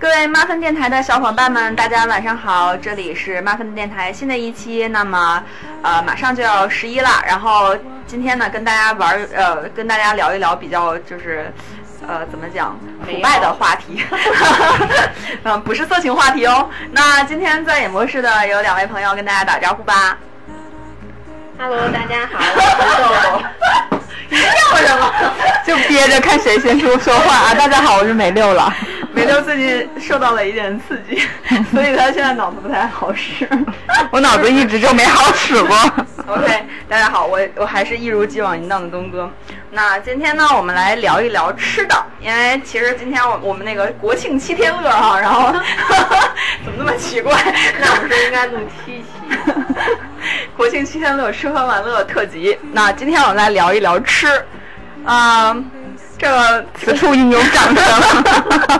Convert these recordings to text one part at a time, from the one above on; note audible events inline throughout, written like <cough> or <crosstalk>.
位妈分电台的小伙伴们，大家晚上好，这里是妈分电台新的一期。那么，呃，马上就要十一了，然后今天呢，跟大家玩儿，呃，跟大家聊一聊比较就是，呃，怎么讲，腐败的话题，嗯，不是色情话题哦。那今天在演播室的有两位朋友跟大家打招呼吧。 Hello，大家好，我 <laughs> 你笑什么？就憋着看谁先说说话啊！大家好，我是美六了。梅六最近受到了一点刺激，所以他现在脑子不太好使。 <laughs> 我脑子一直就没好使过。 OK，大家好，我我还是一如既往淫荡的东哥。那今天呢，我们来聊一聊吃的，因为其实今天我我们那个国庆七天乐哈、然后 <laughs> 怎么那么奇怪？ <laughs> 那我们说应该录七期。 <laughs> 国庆七天乐吃喝玩乐特辑。那今天我们来聊一聊吃，啊、这个此处应有掌声。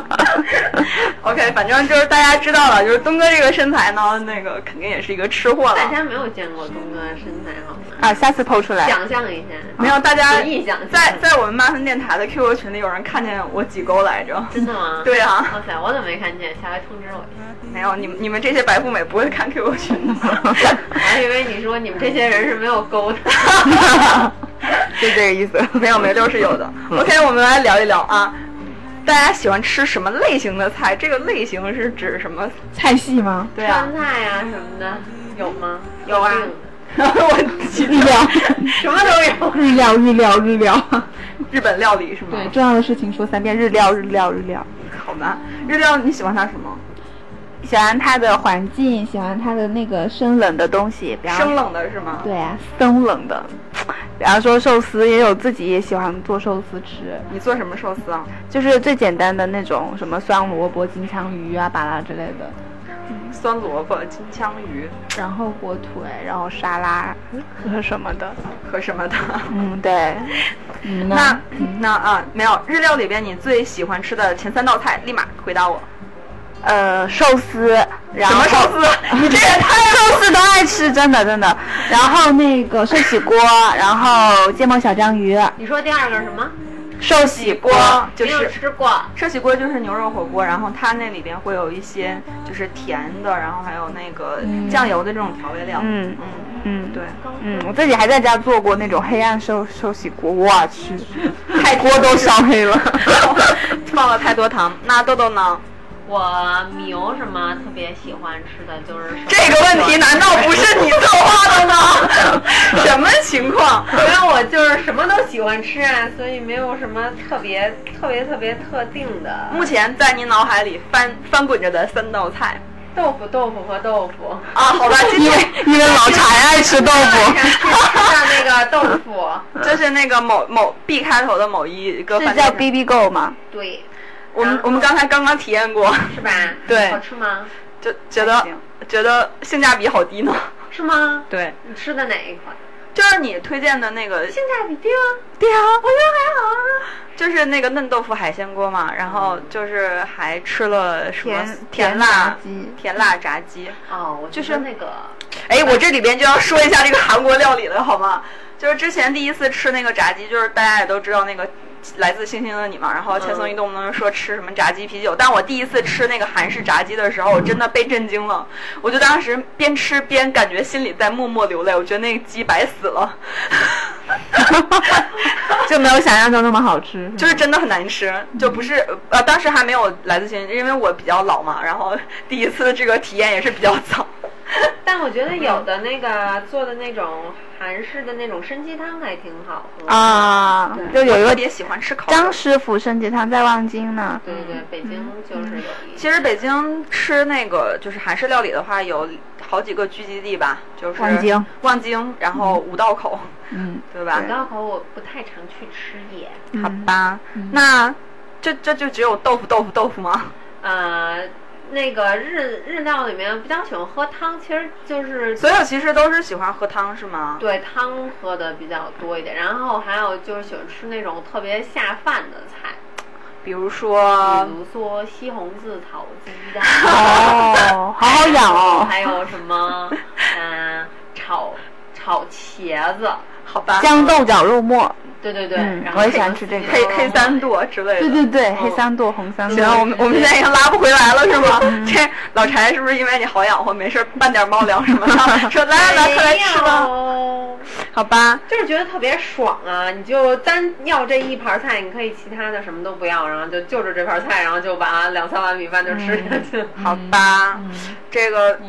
<laughs> OK，反正就是大家知道了，就是东哥这个身材呢，那个肯定也是一个吃货大了。家没有见过东哥的身材好吗？啊，下次剖出来。想象一下，没有，大家随意想象在在我们漫分电台的 QQ 群里，有人看见我挤沟来着。真的吗？对啊，哇塞，我怎么没看见？下回通知我一下。没有，你们你们这些白富美不会看 QQ 群 <laughs> 的。我还以为你说你们这些人是没有沟的。 <laughs> 就这个意思。嗯没有，没六是有的。OK，我们来聊一聊啊，大家喜欢吃什么类型的菜？这个类型是指什么？菜系吗？对啊川，菜啊什么的有吗？有啊有病 <laughs> 我记日料，什么都有。 <laughs> 日料，日料，日料。 <laughs> 日本料理是吗？对，，重要的事情说三遍，日料，日料，日料。好难。日料你喜欢它什么？喜欢它的环境，喜欢它的那个生冷的东西，比方生冷的是吗？对啊，生冷的。比方说寿司，也有自己也喜欢做寿司吃。你做什么寿司啊？就是最简单的那种什么酸萝卜、金枪鱼啊、巴拉之类的，酸萝卜、金枪鱼然后火腿，然后沙拉嗯和 <laughs> 什么的。和什么的。嗯，对。你呢？嗯那那啊，没有日料里边你最喜欢吃的前三道菜，立马回答我。呃，寿司，然什后么寿司？ <laughs> 你这也太……寿司都爱吃，真的真的。然后那个寿喜锅，然后芥末小章鱼，你说第二个是什么？寿喜锅就没有是吃过。寿喜锅就是牛肉火锅，然后它那里边会有一些就是甜的，然后还有那个酱油的这种调味料。嗯，嗯 <laughs> 嗯，对。嗯，我自己还在家做过那种黑暗寿寿喜锅，我去，太锅都烧黑了。 <laughs> 放了太多糖。那豆豆呢？我没有什么特别喜欢吃的，就是什么这个问题难道不是你策划的 <laughs> 吗？什么情况？因为我就是什么都喜欢吃啊，所以没有什么特别特别特别特定的。目前在您脑海里翻翻滚着的三道菜豆腐豆腐和豆 <laughs> 腐，啊，好吧，今因天为因为老柴爱吃豆晚上腐，去吃的那个豆腐，就是那个某某 B 开头的某一个是饭 <laughs> 叫店 B B Go 吗？对，我们我们刚才刚刚体验过，是吧？对好吃吗？就觉得还行觉得性价比好低呢。是吗？对，你吃的哪一款？ <laughs> 就是你推荐的那个，性价比低吗？对啊，我觉得还好啊。就是那个嫩豆腐海鲜锅嘛，然后就是还吃了什么甜甜甜辣炸鸡甜辣炸鸡，哦，我觉得就是那个哎，我这里边就要说一下这个韩国料理了，好吗？就是之前第一次吃那个炸鸡，就是大家也都知道那个来自星星的你嘛，然嗯后千颂伊动不动说吃什么炸鸡啤酒，但我第一次吃那个韩式炸鸡的时候，我真的被震惊了。我就当时边吃边感觉心里在默默流泪，我觉得那个鸡白死了， <laughs> 就没有想象中那么好吃。就是真的很难吃，就不是呃，当时还没有来自星星，因为我比较老嘛，然后第一次这个体验也是比较早。但我觉得有的那个做的那种韩式的那种参鸡汤还挺好喝。啊，就有一我个特别喜欢吃烤肉张。师傅参鸡汤在望京呢。对对对，北京就是有一。嗯其实北京吃那个就是韩式料理的话，有好几个聚集地吧，就是望京、望京，然后五道口，嗯，对吧？五道口我不太常去吃也，好吧，嗯那这这就只有豆腐豆腐豆腐 <laughs> 吗？呃，那个日日料里面比较喜欢喝汤，其实就是所有其实都是喜欢喝汤是吗？对汤喝的比较多一点，然后还有就是喜欢吃那种特别下饭的菜，比如说比，嗯如说西红柿炒鸡蛋， <laughs> 哦，好 <laughs> 好养哦。还有什么嗯、呃炒炒茄子，好吧，姜豆角肉末，对对对，嗯然后我也喜欢吃这个黑黑三剁之类的。对对对，哦黑三剁、红三行，我剁，们我们现在已经拉不回来了，是吗？嗯这老柴是不是因为你好养活，没事儿拌点猫粮什么 <laughs> 的，说来来来，快来吃吧？吧。好吧，就是觉得特别爽啊！你就单要这一盘菜，你可以其他的什么都不要，然后就就着这盘菜，然后就把两三碗米饭就吃下去。好吧，这个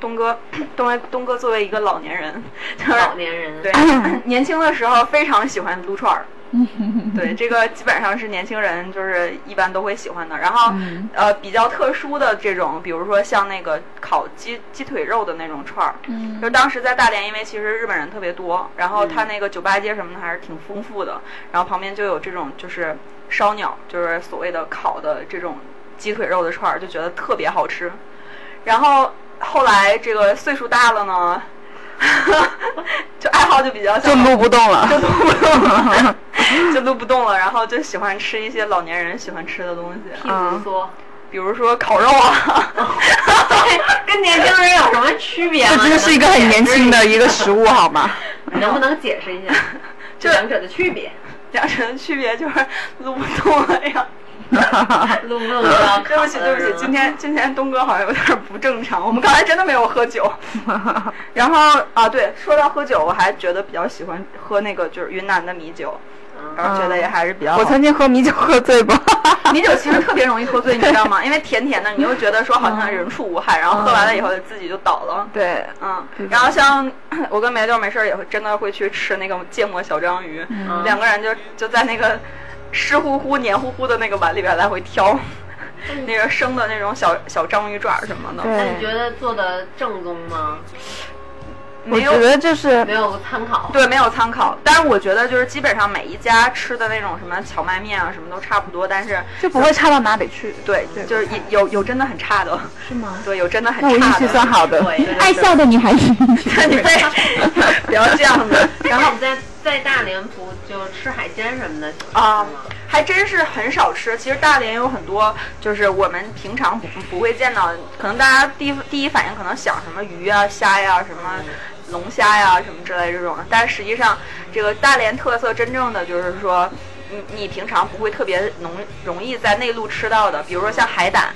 东哥，东哥东哥作为一个老年人，就是 <laughs> 老年人嗯对年轻的时候非常喜欢撸串儿。嗯对，这个基本上是年轻人就是一般都会喜欢的。然后，嗯呃，比较特殊的这种，比如说像那个烤鸡鸡腿肉的那种串儿，嗯就当时在大连，因为其实日本人特别多，然后它那个酒吧街什么的还是挺丰富的，然后旁边就有这种就是烧鸟，就是所谓的烤的这种鸡腿肉的串儿，就觉得特别好吃。然后后来这个岁数大了呢，就爱好就比较就像撸不动了，就撸不动了。就撸不动了，然后就喜欢吃一些老年人喜欢吃的东西，啊屁股缩，比如说烤肉啊， <laughs> 跟年轻人有什么区别 <laughs> 这吗？真的是一个很年轻的一个食物，好吗？你能不能解释 <laughs> 一下这两者的区别？两者的区别就是撸不动了呀。录不录到？ <laughs> 对不起，对不起，今天今天东哥好像有点不正常。我们刚才真的没有喝酒，然后啊，对，说到喝酒，我还觉得比较喜欢喝那个就是云南的米酒，然后觉得也还是比较好。 <laughs> 我曾经喝米酒喝醉 <laughs> 过，米酒其实特别容易喝醉，你知道吗？因为甜甜的，你又觉得说好像人畜无害，然后喝完了以后自己就倒了。对，嗯，然后像 <clears throat> 我跟梅豆没事儿也会真的会去吃那个芥末小章鱼，嗯嗯两个人就就在那个湿乎乎、黏糊糊的那个碗里边来回挑， <laughs> 那个生的那种小小章鱼爪什么的，那你觉嗯对，得做的正宗吗？我没有觉得就是没有参考。对没有参考。但是我觉得就是基本上每一家吃的那种什么荞麦面啊什么都差不多，但是就不会差到哪里去，对，就是也有有真的很差的，是吗？对，有真的很那我运差气的。<laughs> 算好的对对对，爱笑的女孩子。你为不要这样子，然后那。你在在大连不就吃海鲜什么的喜啊欢吃吗？，还真是很少吃。其实大连有很多，就是我们平常不不会见到，可能大家第一第一反应可能想什么鱼啊、虾呀、什么龙虾呀、什么之类这种的，但实际上这个大连特色真正的就是说，你你平常不会特别容容易在内陆吃到的，比如说像海胆，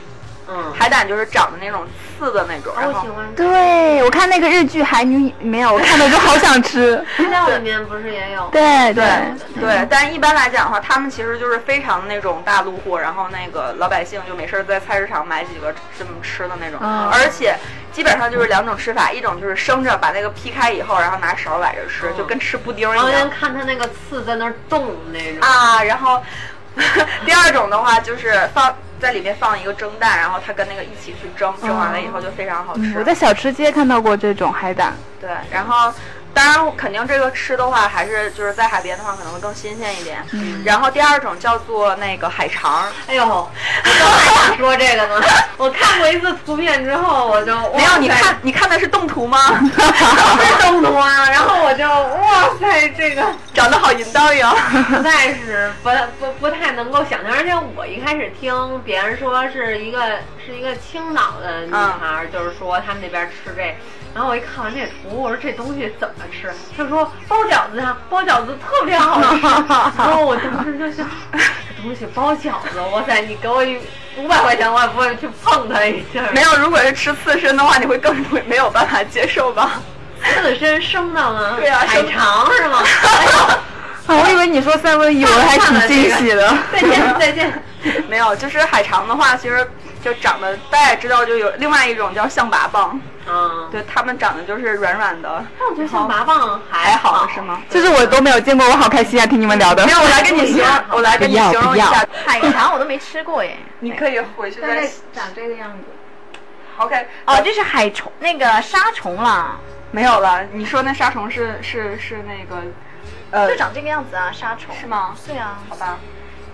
嗯，海胆就是长的那种刺的那种，哦然我后喜欢。 <laughs> 对，我看那个日剧《海女》，没有，我看的就好想吃。资料里面不是也有？ <laughs> 对对对，但一般来讲的话，他们其实就是非常那种大陆货，然后那个老百姓就没事儿在菜市场买几个这么吃的那种，哦而且基本上就是两种吃法，一种就是生着把那个劈开以后，然后拿勺崴着吃，就跟吃布丁儿然后一样先看它那个刺在那儿动那种。嗯啊。然后 <laughs> 第二种的话就是放在里面放一个蒸蛋，然后它跟那个一起去蒸，蒸完了以后就非常好吃。嗯我在小吃街看到过这种海胆，对，然后当然肯定这个吃的话，还是就是在海边的话可能会更新鲜一点。嗯然后第二种叫做那个海肠儿，哎呦，我刚才想说 <laughs> 这个呢，我看过一次图片之后，我就没有哇你塞看你看的是动图吗？ <laughs> 是 <laughs> 动图啊，然后我就哇塞，这个长得好淫荡呀！实在是不不不太能够想象，而且我一开始听别人说是一个是一个青岛的女嗯孩儿，就是说他们那边吃这，然后我一看完这图，我说这东西怎么吃？她说包饺子啊，包饺子特别好 <laughs> 吃。然后我当时就想，哎这东西包饺子，哇塞，你给我五百块钱，我也不会去碰它一下。 <laughs> 没有，如果是吃刺身的话，你会更不没有办法接受吧？ <laughs> 刺身生的吗？对啊海生的肠 <laughs> 是吗？哎呦啊，我以为你说三文鱼，我还挺惊喜的。再见再见。没有，就是海肠的话，其实就长得大家也知道，就有另外一种叫象拔蚌，嗯，对，它们长得就是软软的，但我觉得像麻棒还还好是？哦吗？就是我都没有见过，我好开心啊！听你们聊的没，有，我来跟你形容，我来跟你不要形容一不下要，海肠我都没吃过耶，你可以回去大再概长这个样子。 OK 哦，这是海虫，那个沙虫啦，没有了。你说那沙虫是是是那个，呃就，长这个样子啊，沙虫是？吗？对啊，好 <laughs> 吧，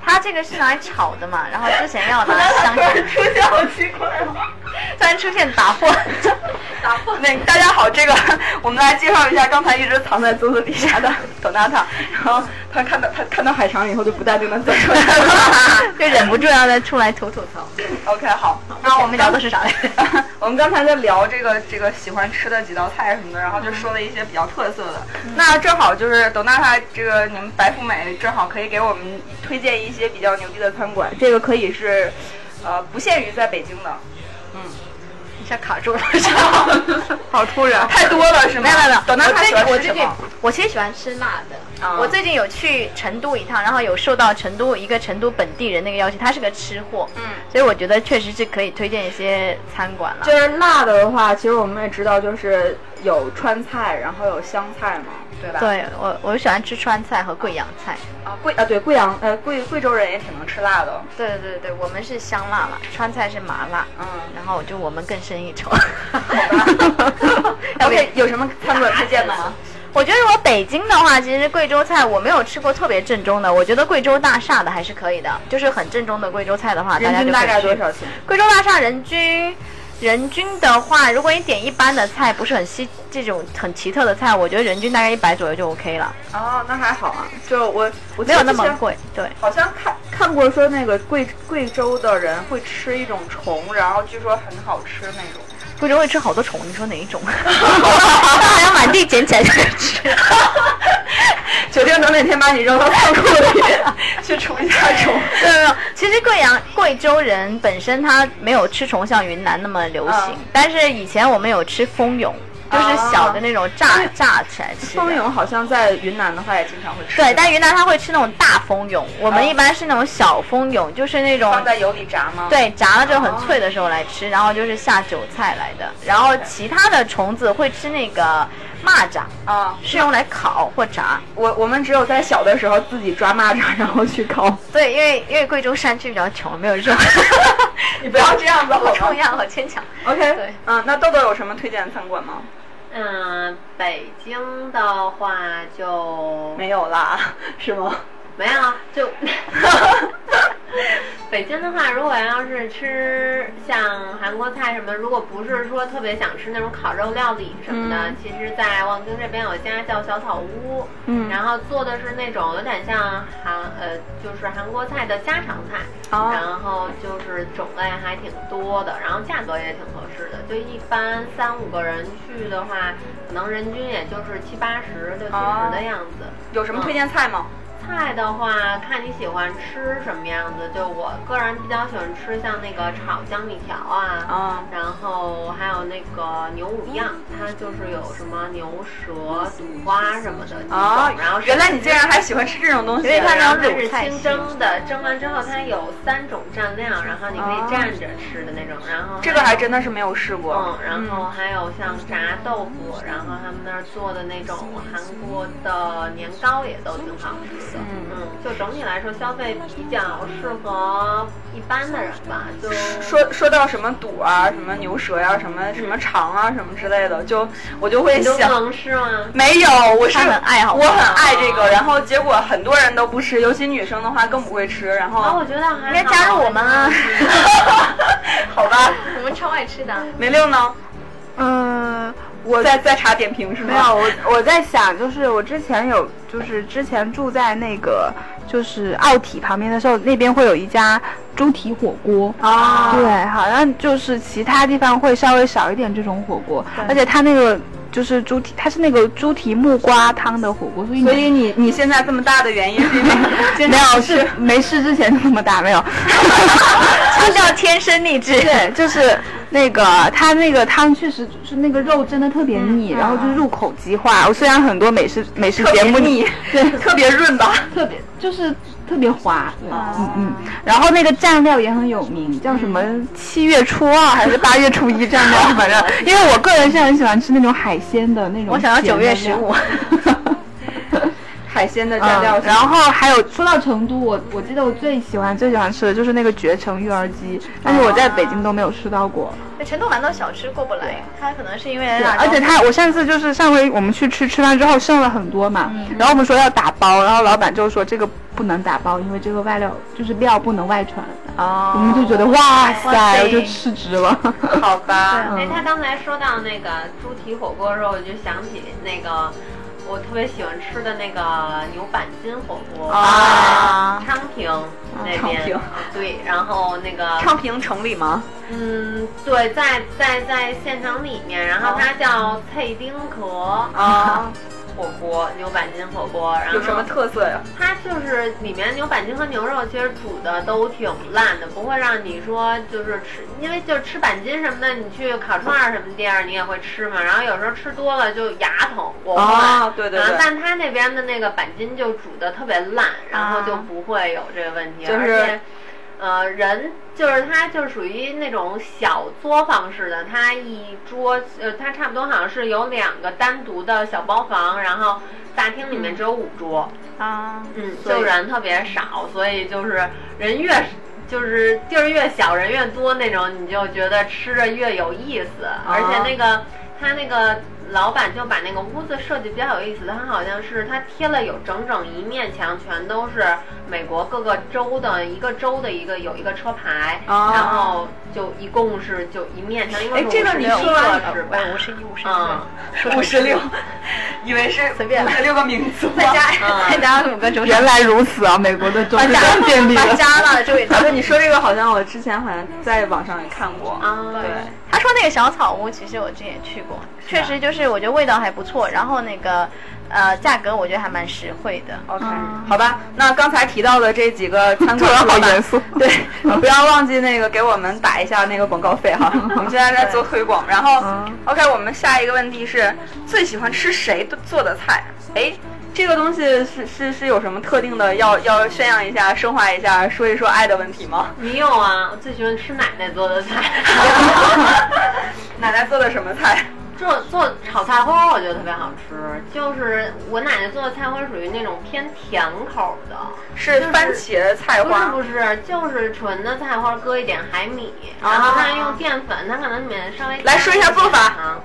它这个是拿来炒的嘛，然后 <laughs> 之前要拿香突然出现好奇怪哦， <laughs> 突然出现打破，打破那大家好，这个我们来介绍一下刚才一直藏在桌子底下的 <laughs> Donata，然后他看到他看到海肠以后就不淡定的走出来了。 <laughs> 就忍不住要再出来吐吐槽。 OK，好，那我们聊的是啥来？ <laughs> 我们刚才在聊这个这个喜欢吃的几道菜什么的，然后就说了一些比较特色的。那正好就是董娜塔这个你们白富美正好可以给我们推荐一些比较牛逼的餐馆，这个可以是呃不限于在北京 <laughs> 的。一下卡 <laughs> 住了，好突然。太多了是吗？没有没有没有，董娜我塔喜最欢我吃最什近么？我其实喜欢吃辣的。啊我最近有去成都一趟，然后有受到成都一个成都本地人那个邀请，他是个吃货，嗯，所以我觉得确实是可以推荐一些餐馆了就。是辣的的话，其实我们也知道，就是有川菜，然后有湘菜嘛，对吧？对我，我喜欢吃川菜和贵阳菜。啊，贵啊，对贵阳呃贵贵州人也挺能吃辣的。哦对对对，我们是香辣嘛，川菜是麻辣， <laughs> 嗯然后就我们更胜一筹。吧 <laughs> 要不然，OK，有什么餐馆推荐的吗？我觉得如果北京的话，其实贵州菜我没有吃过特别正宗的，我觉得贵州大厦的还是可以的，就是很正宗的贵州菜的话，大哎人家就均大可以概去多少钱？贵州大厦人均人均的话，如果你点一般的菜，不是很稀这种很奇特的菜，我觉得人均大概一百左右就 OK 了，哦，那还好啊，就我我没有那么。贵。对，好像看看过说那个贵贵州的人会吃一种虫，然后据说很好吃那 <laughs> 种。贵州会吃好多虫，你说哪一 <laughs> 种？它好像满地捡起来就吃。决定等哪天把你扔到仓库里 <laughs> 去除一下虫。 <laughs> 没有没有， <laughs> 其实贵阳贵州人本身他没有吃虫像云南那么流行，嗯但是以前我们有吃蜂蛹，就是小的那种炸、炸起来吃的。蜂蛹好像在云南的话也经常会吃。对，但云南他会吃那种大蜂蛹，我们嗯一般是那种小蜂蛹，就是那种放在油里炸吗？，对，炸了之后很脆的时候来吃，然后就是下酒菜来的。然后其他的虫子会吃那个蚂蚱，啊、是用来烤或炸。我我们只有在小的时候自己抓蚂蚱，然后去烤。对，因为因为贵州山区比较穷，没有 <laughs> 肉。你不要这样子好好吗重 <laughs> 要，好牵强。 OK，对嗯，那豆豆有什么推荐的餐馆吗？嗯，北京的话就没有啦，是吗？没有啊，就北京的话，如果要是吃像韩国菜什么，如果不是说特别想吃那种烤肉料理什么的，其实，在望京这边有一家叫小草屋，嗯，然后做的是那种有点像韩呃，就是韩国菜的家常菜，哦然后就是种类还挺多的，然后价格也挺合适的，就一般三五个人去的话，可能人均也就是七八十、六七哦十的样子。有什么推荐菜吗？菜的话，看你喜欢吃什么样子。就我个人比较喜欢吃像那个炒江米条啊，啊然后还有那个牛五样，它就是有什么牛舌、肚花什么的这种。啊、嗯然后嗯原来你竟然还喜欢吃这种东西因为啊，它然那后它种是卤菜清蒸的，蒸完之后它有三种蘸料，然后你可以蘸着吃的那种。然后这个还有真的是没有试过。嗯，然后还有像炸豆腐，然后他们那儿做的那种韩国的年糕也都挺好吃的。嗯，就整体来说消费比较适合一般的人吧。就说说到什么肚啊，什么牛舌呀、什么什么肠啊，什么之类的，就我就会你都不想。能吃吗？没有，我是他很爱好不我好很爱这个，然后结果很多人都不吃，尤其女生的话更不会吃，然后、啊，我觉得还应该加入我们啊 <laughs> 好吧。我们超爱吃的。梅六呢？嗯，我在在查点评是吗？没有，我我在想，就是我之前有，就是之前住在那个就是奥体旁边的时候，那边会有一家猪蹄火锅。啊，对，好像就是其他地方会稍微少一点这种火锅，而且它那个就是猪蹄，它是那个猪蹄木瓜汤的火锅，所以所你以你你现在这么大的原 <laughs> 因是因为经没常有吃是没事之前就那么大没有，强调天生丽质。对，就是那个它那个汤确实是那个肉真的特别腻，然后就入口即化。我虽然很多美食美食特节别目腻，对，特别润吧？特别就是特别滑，对，嗯嗯。然后那个蘸料也很有名，叫什么七月初二还是八月初一蘸料，反正因为我个人是很喜欢吃那种海鲜的那种咸的料。我想要9月15 <laughs> 海鲜的蘸嗯料是吧，然后还有说到成都，我我记得我最喜欢最喜欢吃的就是那个绝城育儿鸡，但是我在北京都没有吃到过。成都蛮多小吃过不来，他可能是因为对辣椒而且他，我上次就是上回我们去吃，吃完之后剩了很多嘛，然后我们说要打包，然后老板就说这个不能打包，因为这个外料就是料不能外传，哦，我们嗯就觉得哇哇塞塞，我就吃直了。 <laughs> 好吧，哎，他刚才说到那个猪蹄火锅的时候，我就想起那个我特别喜欢吃的那个牛板筋火锅，啊昌平那昌边平，对，然后那个昌平城里吗？嗯，对，在在在县城里面，然哦后它叫脆丁壳 <laughs> 啊，火锅，牛板筋火锅，然后有什么特色呀？它就是里面牛板筋和牛肉其实煮的都挺烂的，不会让你说就是吃，因为就是吃板筋什么的，你去烤串儿什么店儿你也会吃嘛。然后有时候吃多了就牙疼，我会。啊，对对然后，对，但它那边的那个板筋就煮的特别烂，然后就不会有这个问题，就是而且。呃，人就是它，就属于那种小作坊式的，它一桌，呃，它差不多好像是有两个单独的小包房，然后大厅里面只有五桌，啊，嗯，所以就人特别少，所以就是人越就是地儿越小，人越多那种，你就觉得吃着越有意思。而且那啊个他那个老板就把那个屋子设计比较有意思，他好像是他贴了有整整一面墙，全都是美国各个州的一个州的一个有一个车牌，哦然后就一共是就一面墙，因为哎这个你说说完了哎是吧？我五十一、五十嗯二，五十六， <laughs> 以为是随便五十六个民族啊，再加嗯再 <laughs> 加五个州，原来如此啊，美国的州是这样建立把的。加了就给啊， <laughs> 对，你说这个好像我之前好像在网上也看过啊，对，他说那个小草屋，其实我之前也去过，确实就是我觉得味道还不错，然后那个呃价格我觉得还蛮实惠的。 OK，、嗯好吧，那刚才提到的这几 <laughs> 个餐突馆然老好板严肃。 <laughs> 嗯对，不要忘记那个给我们打一下那个广告费哈，我们现在在做推广。然后、嗯 o k 我们下一个问题是最喜欢吃谁的做的菜？哎，这个东西是是是有什么特定的要要宣扬一下、升华一下、说一说爱的问题吗？ <laughs> 你有啊？我最喜欢吃奶奶做的菜。 <laughs> 奶奶做的什么菜？做做炒菜花儿，我觉得特别好吃。就是我奶奶做的菜花儿属于那种偏甜口的，是就是番茄菜不是花不是，就是纯的菜花儿，搁一点海米，然后它用淀粉，它可能里面稍微啊来说一下做法啊。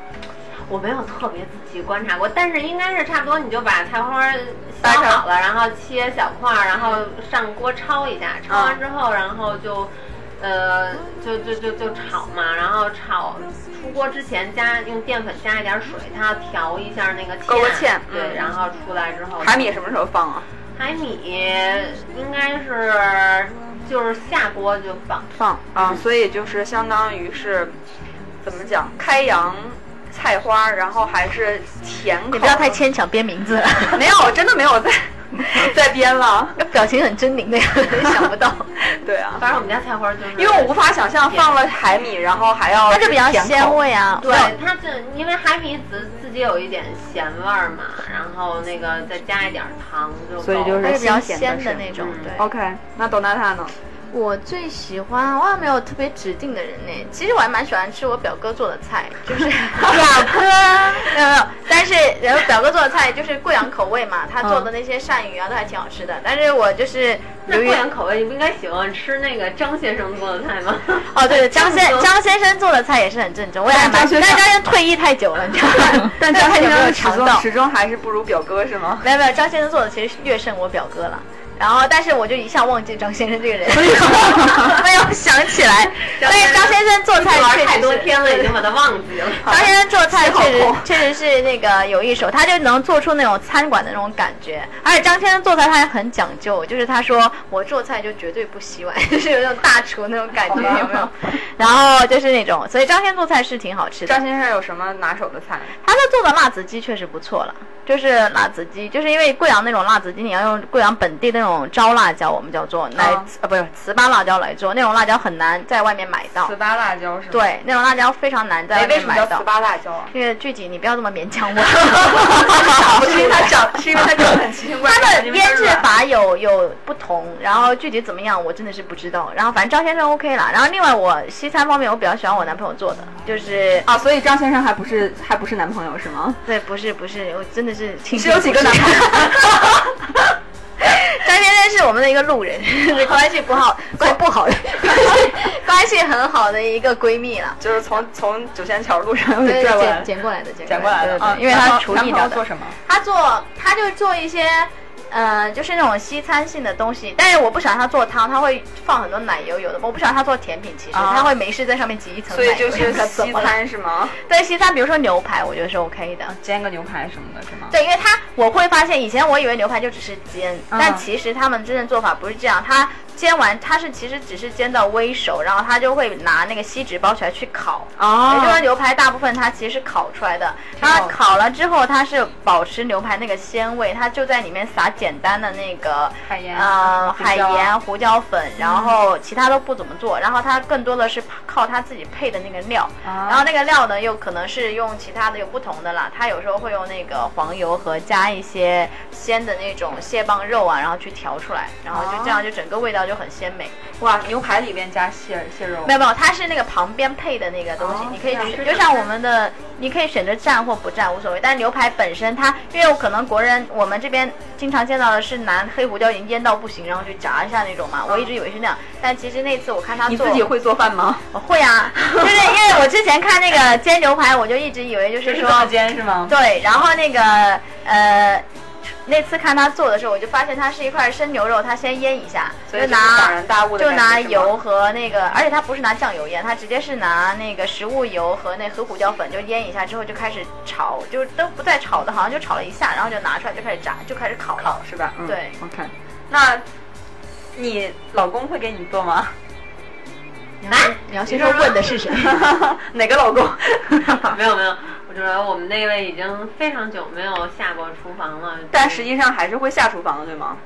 我没有特别仔细观察过，但是应该是差不多，你就把菜花儿削掰成好了，然后切小块儿，然后上锅焯一下，焯嗯完之后，然后就。呃，就就就就炒嘛，然后炒出锅之前加用淀粉加一点水，它要调一下那个芡，勾个芡嗯对，然后出来之后海米什么时候放啊？海米应该是就是下锅就放，放啊，所以就是相当于是怎么讲开阳菜花，然后还是甜口，你不要太牵强编名字 <laughs> 了，没有，我真的没 <laughs> 有在在编 <laughs> 了。表情很狰狞那 <laughs> 个，想不到。对啊，反正我们家菜花就是，因为我无法想象放了海米，然后还要它就比较甜口鲜。味啊，对它这因为海米自自己有一点咸味儿嘛，然后那个再加一点糖就够所以就它是是比较新鲜的鲜的是那种嗯。对， OK，那董娜塔呢？哦我最喜欢，我好像没有特别指定的人呢。其实我还蛮喜欢吃我表哥做的菜，就是表哥 <laughs> 没有没有，但是然后表哥做的菜就是贵阳口味嘛，他做的那些鳝鱼啊都还挺好吃的。但是我就是那由于贵阳口味，你不应该喜欢吃那个张先生做的 <laughs> 菜吗？哦对，张先张张先生做的菜也是很正宗，我也还蛮但张先但生张先生退役太久了，你知道吗？但张张先先生生的哎始肠终道始终还是不如表哥是吗？没有没有，张先生做的其实略胜我表哥了。然后，但是我就一下忘记张先生这个人，没有想 <laughs> 起来。所以张先生做哎菜确实玩是太多天了，已经把它忘 <laughs> 记了。哎张先生做菜确好实空确实是那个有一手，他就能做出那种餐馆的那种感觉。而且张先生做菜他还很讲究，就是他说我做菜就绝对不洗碗， <laughs> 就是有那种大厨那种感觉，有 <laughs> 没有？然后就是那种，所以张先生做菜是挺好吃的。张先生有什么拿手的菜？他那做的辣子鸡确实不错了，就是辣子鸡，就是因为贵阳那种辣子鸡，你要用贵阳本地那种招辣椒，我们叫做来、啊呃不是糍粑辣椒来做，那种辣椒很难在外面买到糍，粑辣椒是吗？，对，那种辣椒非常难在哎为外，面什么买叫到糍。粑辣椒啊？这个具体你不要这么勉强 <laughs> 我， <laughs> 是因为它长，是因为它长得很奇怪。它的因为腌制软法有有不同，然后具体怎么样我真的是不知道。然后反正张先生 OK 啦。然后另外我西餐方面我比较喜欢我男朋友做的，就是啊，所以张先生还不是还不是男朋友是吗？对，不是不是，我真的是挺是有几个男朋友？ <laughs> 张先生是我们的一个路人， <laughs> 是关系不好，关不好的， <laughs> 关系很好的一个闺蜜了。就是从从九仙桥路上 <laughs> 给嗯对，拽过来捡，捡过来的，捡捡过来的对对啊。对，因为然她后厨男艺朋友的，做什么？她做，她就做一些。呃，就是那种西餐性的东西，但是我不喜欢它做汤，它会放很多奶油，有的我不喜欢它做甜品，其实、啊它会没事在上面挤一层所奶以油，就是怎西么了餐是吗？对西餐，比如说牛排，我觉得是 OK 的。煎个牛排什么的，是吗？对，因为它我会发现，以前我以为牛排就只是煎，但其实他们真正做法不是这样，它煎完它是其实只是煎到微熟，然后它就会拿那个锡纸包起来去烤。也就是说，哦，牛排大部分它其实是烤出来的，它好烤了之后，它是保持牛排那个鲜味，它就在里面撒简单的那个海盐呃胡椒海盐、胡椒粉，然后其他都不怎么做，然后它更多的是靠它自己配的那个料，啊然后那个料呢又可能是用其他的有不同的啦，它有时候会用那个黄油和加一些鲜的那种蟹棒肉啊，然后去调出来，然后啊就这样就整个味道就很鲜美。哇，牛排里边加蟹蟹肉没，有没有，它是那个旁边配的那个东西，哦你可以这样选，就像我们的，你可以选择蘸或不蘸无所谓。但牛排本身它，因为有可能国人我们这边经常见到的是拿黑胡椒已经腌到不行，然后去炸一下那种嘛，嗯我一直以为是那样，但其实那次我看他你 <laughs> 做，自己会做饭吗？我会啊，就是因为我之前看那个煎牛排，我就一直以为就是是这说 <laughs> 么煎是吗？对，然后那个呃，那次看他做的时候，我就发现它是一块生牛肉，他先腌一下，所以就就是恍拿然大悟的就感觉拿是吗油和那个，而且他不是拿酱油腌，他直接是拿那个食物油和那黑胡椒粉就腌一下之后就开始炒，就都不带炒的，好像就炒了一下，然后就拿出来就开始炸，就开始烤了。是吧？嗯对，OK。那你老公会给你做吗？ <laughs> 来，你要先说问的是谁？哪个老公？ <laughs> 没有没有，我觉得我们那位已经非常久没有下过厨房了，但实际上还是会下厨房的，对吗？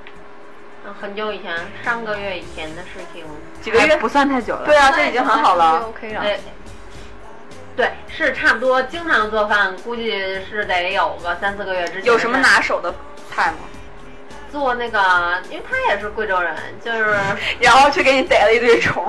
嗯很久以前，上个月以前的事情。几个还月？不算太久了。对啊，这已经很好了。 ，OK 了。对，呃对，是差不多，经常做饭，估计是得有个三四个月之前。有什么拿手的菜吗？做那个，因为他也是贵州人， <laughs> 就是然后却给你逮了一堆虫。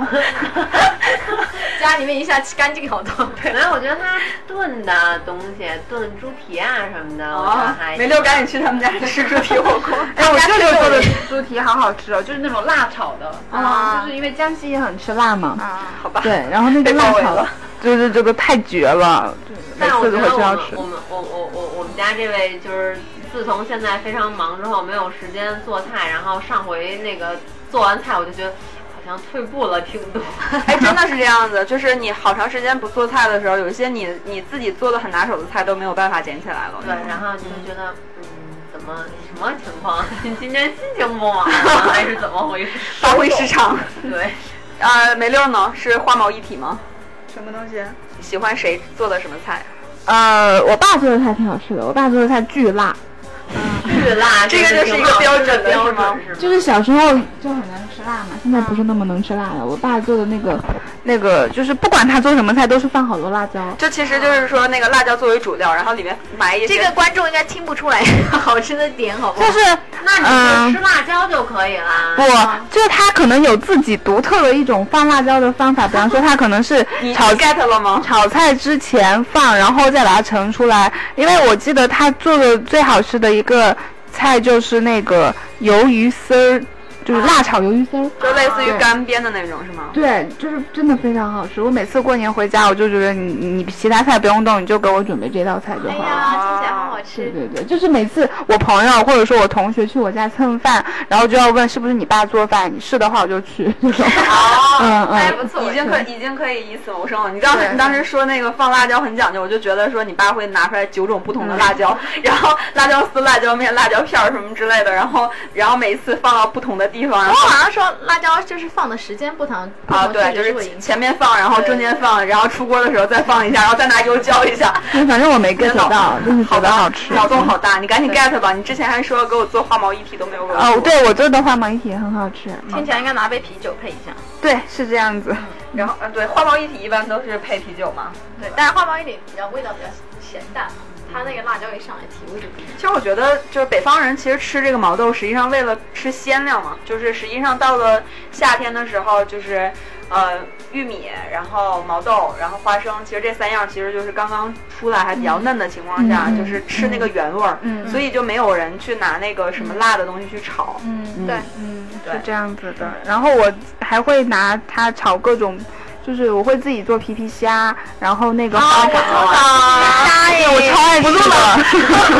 家里面一下干净好多。可能我觉得他炖的东西，炖猪蹄啊什么的，我觉哦得啊还，没溜，赶紧去他们家吃猪蹄火锅。哎，我这里做的猪蹄好好吃哦，就是那种辣炒的，啊就是因为江西也很吃辣嘛。啊，嗯好吧。对，然后那个被包辣围炒了，就是这个太绝了，每但是我次觉都得我会这样们吃我。们我我我我们家这位就是自从现在非常忙之后，没有时间做菜，然后上回那个做完菜，我就觉得好像退步了挺多。哎，真的是这样子，就是你好长时间不做菜的时候，有一些你你自己做的很拿手的菜都没有办法捡起来了。对，然后就觉得，嗯，怎么什么情况？ <laughs> 今天心情不好吗？还是怎么回事？ <laughs> 发挥失常。对，呃，梅六呢是花毛一体吗？什么东西？喜欢谁做的什么菜？啊呃，我爸做的菜挺好吃的，我爸做的菜巨辣，巨辣，这个 <laughs> 就是一个标准的是吗是吗？就是小时候就很能吃辣嘛，现在不是那么能吃辣了。我爸做的那个，那个就是不管他做什么菜，都是放好多辣椒。这其实就是说那个辣椒作为主料，然后里面埋一些 <laughs> 这个观众应该听不出来好吃的点，好不就好？是，那嗯你就吃辣椒就可以啦。不，就是他可能有自己独特的一种放辣椒的方法，比方说他可能是你炒你 get 了吗？炒菜之前放，然后再把它盛出来。因为我记得他做的最好吃的一个菜就是那个鱿鱼丝儿，就是辣炒鱿鱼丝儿。就类似于对干煸的那种是吗？对，就是真的非常好吃。我每次过年回家，我就觉得你你其他菜不用动，你就给我准备这道菜就哎好了。呀，听起来很好对吃。对对，就是每次我朋友或者说我同学去我家蹭饭，然后就要问是不是你爸做饭，是的话我就去。 <laughs> 这种嗯还嗯，不错，已经可是已经可以以此谋生了。你当时对你当时说那个放辣椒很讲究，我就觉得说你爸会拿出来九种不同的辣椒，嗯 <laughs> 然后辣椒丝、辣椒面、辣椒片儿什么之类的，然后然后每次放到不同的地方，然我后好像说辣椒就是放的时间不同，不啊同对，确就实会是影响。前面放，然后中间放，然后出锅的时候再放一下，然后再拿油浇一 <laughs> 下。反正我没真 get 的到，就是觉好得吧好吃。脑洞好大，你赶紧 get 吧。你之前还说给我做花毛一体都没有给我做哦，，对我做的花毛一体也很好吃。听起来应该拿杯啤酒配一下。对，是这样子。然后嗯对，花毛一体一般都是配啤酒嘛。对，但是花毛一点比较味道比较咸淡，它那个辣椒一上来提味就不一样。其实我觉得，就是北方人其实吃这个毛豆，实际上为了吃鲜亮嘛，就是实际上到了夏天的时候，就是呃玉米，然后毛豆，然后花生，其实这三样其实就是刚刚出来还比较嫩的情况下，嗯嗯就是吃那个原味儿，嗯所以就没有人去拿那个什么辣的东西去炒。嗯，对，嗯，对是这样子的。然后我还会拿它炒各种，就是我会自己做皮皮虾，哦然后那个花蛤。啊，哎呀，我超爱吃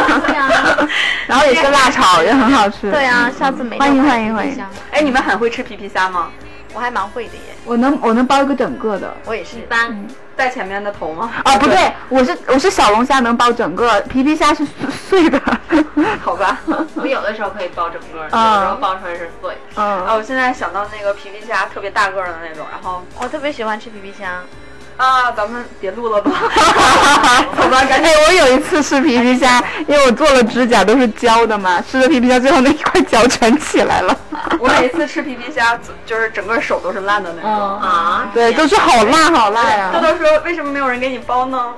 的。对啊， <laughs> 然后也是辣炒，也很好吃。对啊，下次没欢迎欢迎欢迎哎，你们很会吃皮皮虾吗？我还蛮会的耶，我能我能包一个整个的。我也是。嗯般带前面的头吗？啊，不对，我是我是小龙虾能包整个，皮皮虾是碎 <laughs> 的。 <laughs> 好吧。我有的时候可以包整个，有嗯的时候包出来是碎的。啊，嗯，我现在想到那个皮皮虾特别大个儿的那种，然后我特别喜欢吃皮皮虾，啊，咱们别录 <laughs> 了吧，好吧，赶紧。哎我有一次吃皮皮虾，因为我做了指甲都是胶的嘛，吃了皮皮虾最后那一块胶全起来了。 <laughs> 我每次吃皮皮虾，就是整个手都是烂的那种。啊，对，都是好辣好辣嗯呀、豆豆说：“为什么没有人给你包呢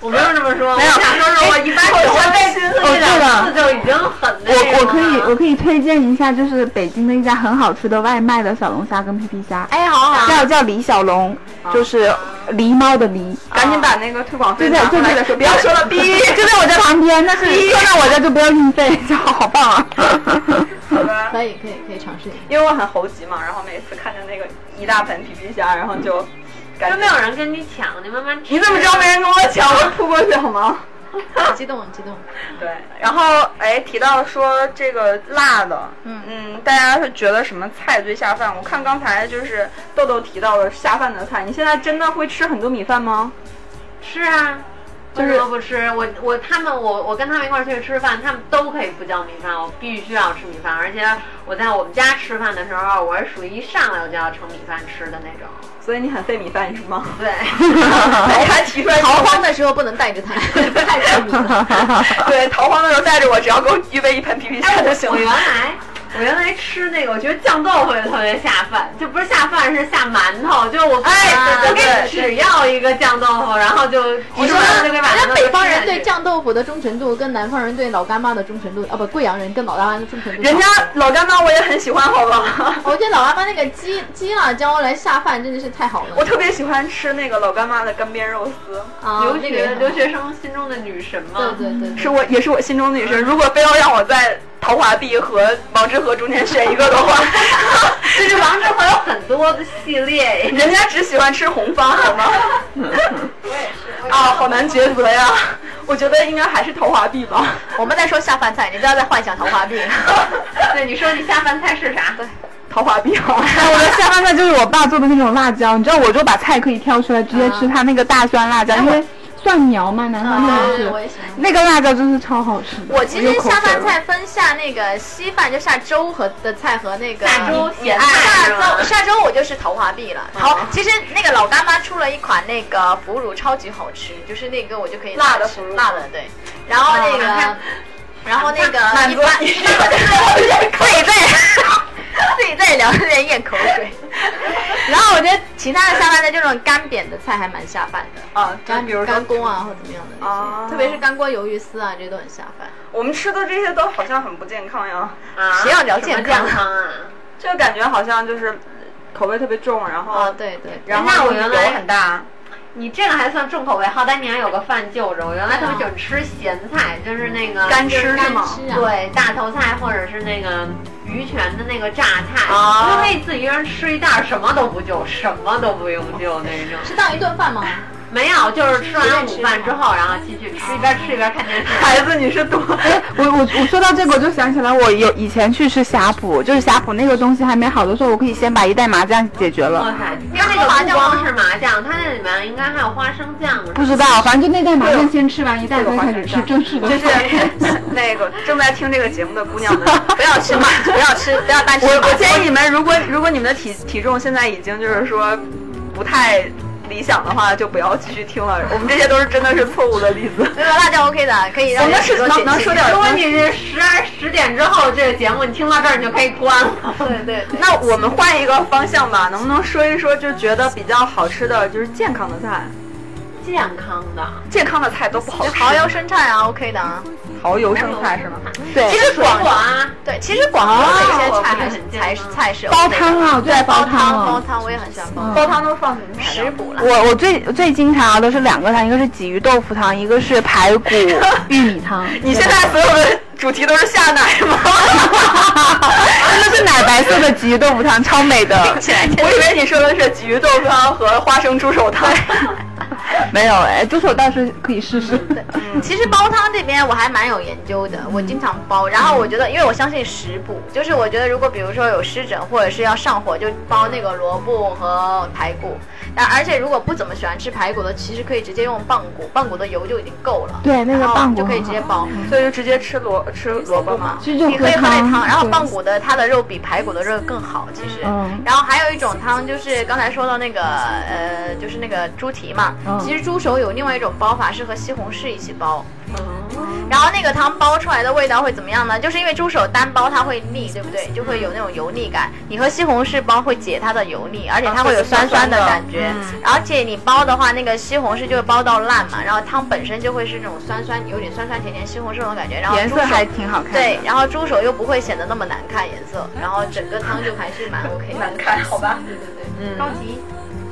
我没有这么说，没有我想说是我一般只会被刺哦一对了两次就已经很那啊我我个可以了我可以推荐一下，就是北京的一家很好吃的外卖的小龙虾跟皮皮虾，哎，好好。叫叫李小龙，就是狸猫的狸。？”赶紧啊把那个推广费就拿在出就来在再说，不要说了，逼，逼。 <laughs> 就在我这旁边，但是坐在我这就不要运费，就好 <laughs> 棒啊！ <laughs> 好吧可以可以可以尝试一下。因为我很猴急嘛，然后每次看见那个一大盆皮皮虾，然后就感觉就没有人跟你抢，你慢慢 <laughs> 吃。你怎么知道没人跟我抢？我扑过去好吗？很 <laughs> 激动很激动， <laughs> 对，然后哎，提到说这个辣的，嗯嗯，大家是觉得什么菜最下饭？我看刚才就是豆豆提到了下饭的菜，你现在真的会吃很多米饭吗？吃啊？为什么不吃？我我他们我我跟他们一块儿去吃饭，他们都可以不叫米饭，我必须要吃米饭。而且我在我们家吃饭的时候，我是属于一上来我就要盛米饭吃的那种。所以你很费米饭是 <laughs> 吗？对，哎，还提出来逃哦荒的时候不能带着 <laughs> 它，太着迷了。 <laughs> 对，逃荒的时候带着我，只要给我预备一盆皮皮哎虾就行我原了。来我原来吃那个，我觉得酱豆腐也特别下饭，就不是下饭，是下馒头。就我哎对对我给对你只要一个酱豆腐，然后就我说一上来就给把馒人头家吃北方人下去对酱豆腐的忠诚度跟南方人对老干妈的忠诚度，啊不，贵阳人跟老干妈的忠诚度。人家老干妈我也很喜欢，好吧？ <laughs> 我觉得老干妈那个鸡鸡辣椒来下饭真的是太好了。我特别喜欢吃那个老干妈的干煸肉丝，啊，留那学个留学生心中的女神嘛。对对对，对是我也是我心中的女神。嗯如果非要让我在陶华碧和王致和中间选一个的 <laughs> 话，就是王致和有很多的系列，人家只喜欢吃红方，好 <laughs> 吗？啊，好难抉择呀！我觉得应该还是陶华碧吧。我们在说下饭菜，你不要再幻想桃花 <laughs> 病。对，你说你下饭菜是啥？对，陶华碧 <laughs> 好，哎， <laughs> 我的下饭菜就是我爸做的那种辣椒，你知道，我就把菜可以挑出来直接嗯吃它那个大蒜辣椒，因为蒜苗嘛，南方啊特对别对我是。也喜欢。那个辣椒真是超好吃的，嗯我其实又口下渴饭了菜分下那个稀饭，就下粥和的菜和那个下周咸哎菜下是吧周下周我就是头华币嗯了。好，其实那个老干妈出了一款那个腐乳，超级好吃，就是那个我就可以辣的吃腐乳辣的对。然后那个，然后那个 <laughs> 满一足般你 <laughs> 自己 <laughs> 在自己在聊有点咽口水。然后我觉得其他的下饭菜就那种干煸的菜还蛮下饭的， <laughs> <laughs> 啊，就干比如说干锅啊，或怎么样的那啊些，特别是干锅鱿鱼丝啊，这些都很下饭。我们吃的这些都好像很不健康呀，啊，谁要聊什么健健康康啊？就感觉好像就是口味特别重，然后啊，对对，哦然那后我原来油很大，你这个还算重口味，好歹你还有个饭就着。我原来特别喜欢吃咸菜，就是那个干吃就是是干吗吃啊，对，大头菜或者是那个鱼泉的那个榨菜，啊我就可以自己一个人吃一袋儿，什么都不就，什么都不用就那 <laughs> 种。是当一顿饭吗？没有，就是吃完哦午饭之后，然后继续吃，一边吃一边看电视。孩子你是多哎，我我我说到这个，我就想起来，我有以前去吃霞浦，就是霞浦那个东西还没好的时候，我可以先把一袋麻酱解哇决嗯了。塞，它那个不光是麻酱，它那里面应该还有花生酱。啊不知道，反正就那袋麻酱先吃完一袋，再开始吃正式的。就是 <laughs> <laughs> 那个正在听这个节目的姑娘 <laughs> 们，不要吃嘛，不要吃，不要单吃我嘛。我建议你们，如果如果你们的体体重现在已经就是说不太理想的话，就不要继续听了。我们这些都是真的是错误的例子。没有辣椒 OK 的，可以让我们人是很多能能解说气点如果你是十二十点之后这个节目，你听到这儿你就可以关了。对对对，那我们换一个方向吧，能不能说一说就觉得比较好吃的就是健康的菜？ <laughs> 健康的，健康的菜都不好就吃，蚝油生菜啊 OK 的啊。蚝油生菜是吗？对其，实水广果啊，对，其实广东的一些菜还是哦菜我菜是 OK 煲的汤啊，我最爱煲煲汤汤煲了。汤我也很喜欢煲汤，煲汤都放什么嗯材料食？补啦。我我最最经常熬的是两个汤，一个是鲫鱼豆腐汤，一个是排 <laughs> 骨玉米汤。你现在所有的主题都是下奶 <laughs> 吗？真的是奶白色的鲫鱼豆腐汤，超美的。起来我以为你说的是鲫鱼豆汤和花生猪手汤。没有哎，这首倒是可以试试。嗯其实煲汤这边我还蛮有研究的，我经常煲。然后我觉得，因为我相信食补，就是我觉得如果比如说有湿疹或者是要上火，就煲那个萝卜和排骨。但而且如果不怎么喜欢吃排骨的，其实可以直接用棒骨，棒骨的油就已经够了。对那个然后棒骨就可以很嗯直接煲。 <laughs> 所以就直接吃萝吃萝卜嘛。其实就你可以喝那汤，汤，然后对棒骨的它的肉比排骨的肉更好，其实。嗯然后还有一种汤就是刚才说到那个呃，就是那个猪蹄嘛，嗯其实猪手有另外一种煲法是和西红柿一起煲。然后那个汤煲出来的味道会怎么样呢？就是因为猪手单煲它会腻，对不对？就会有那种油腻感。你和西红柿煲会解它的油腻，而且它会有酸酸的感觉。而且你煲的话，那个西红柿就会煲到烂嘛，然后汤本身就会是那种酸酸，有点酸酸甜甜西红柿那种感觉。然后颜猪色手还挺好看的。对，，然后猪手又不会显得那么难看颜色，然后整个汤就还是蛮 OK <laughs> 的。难看，好吧。对对对。嗯，着急，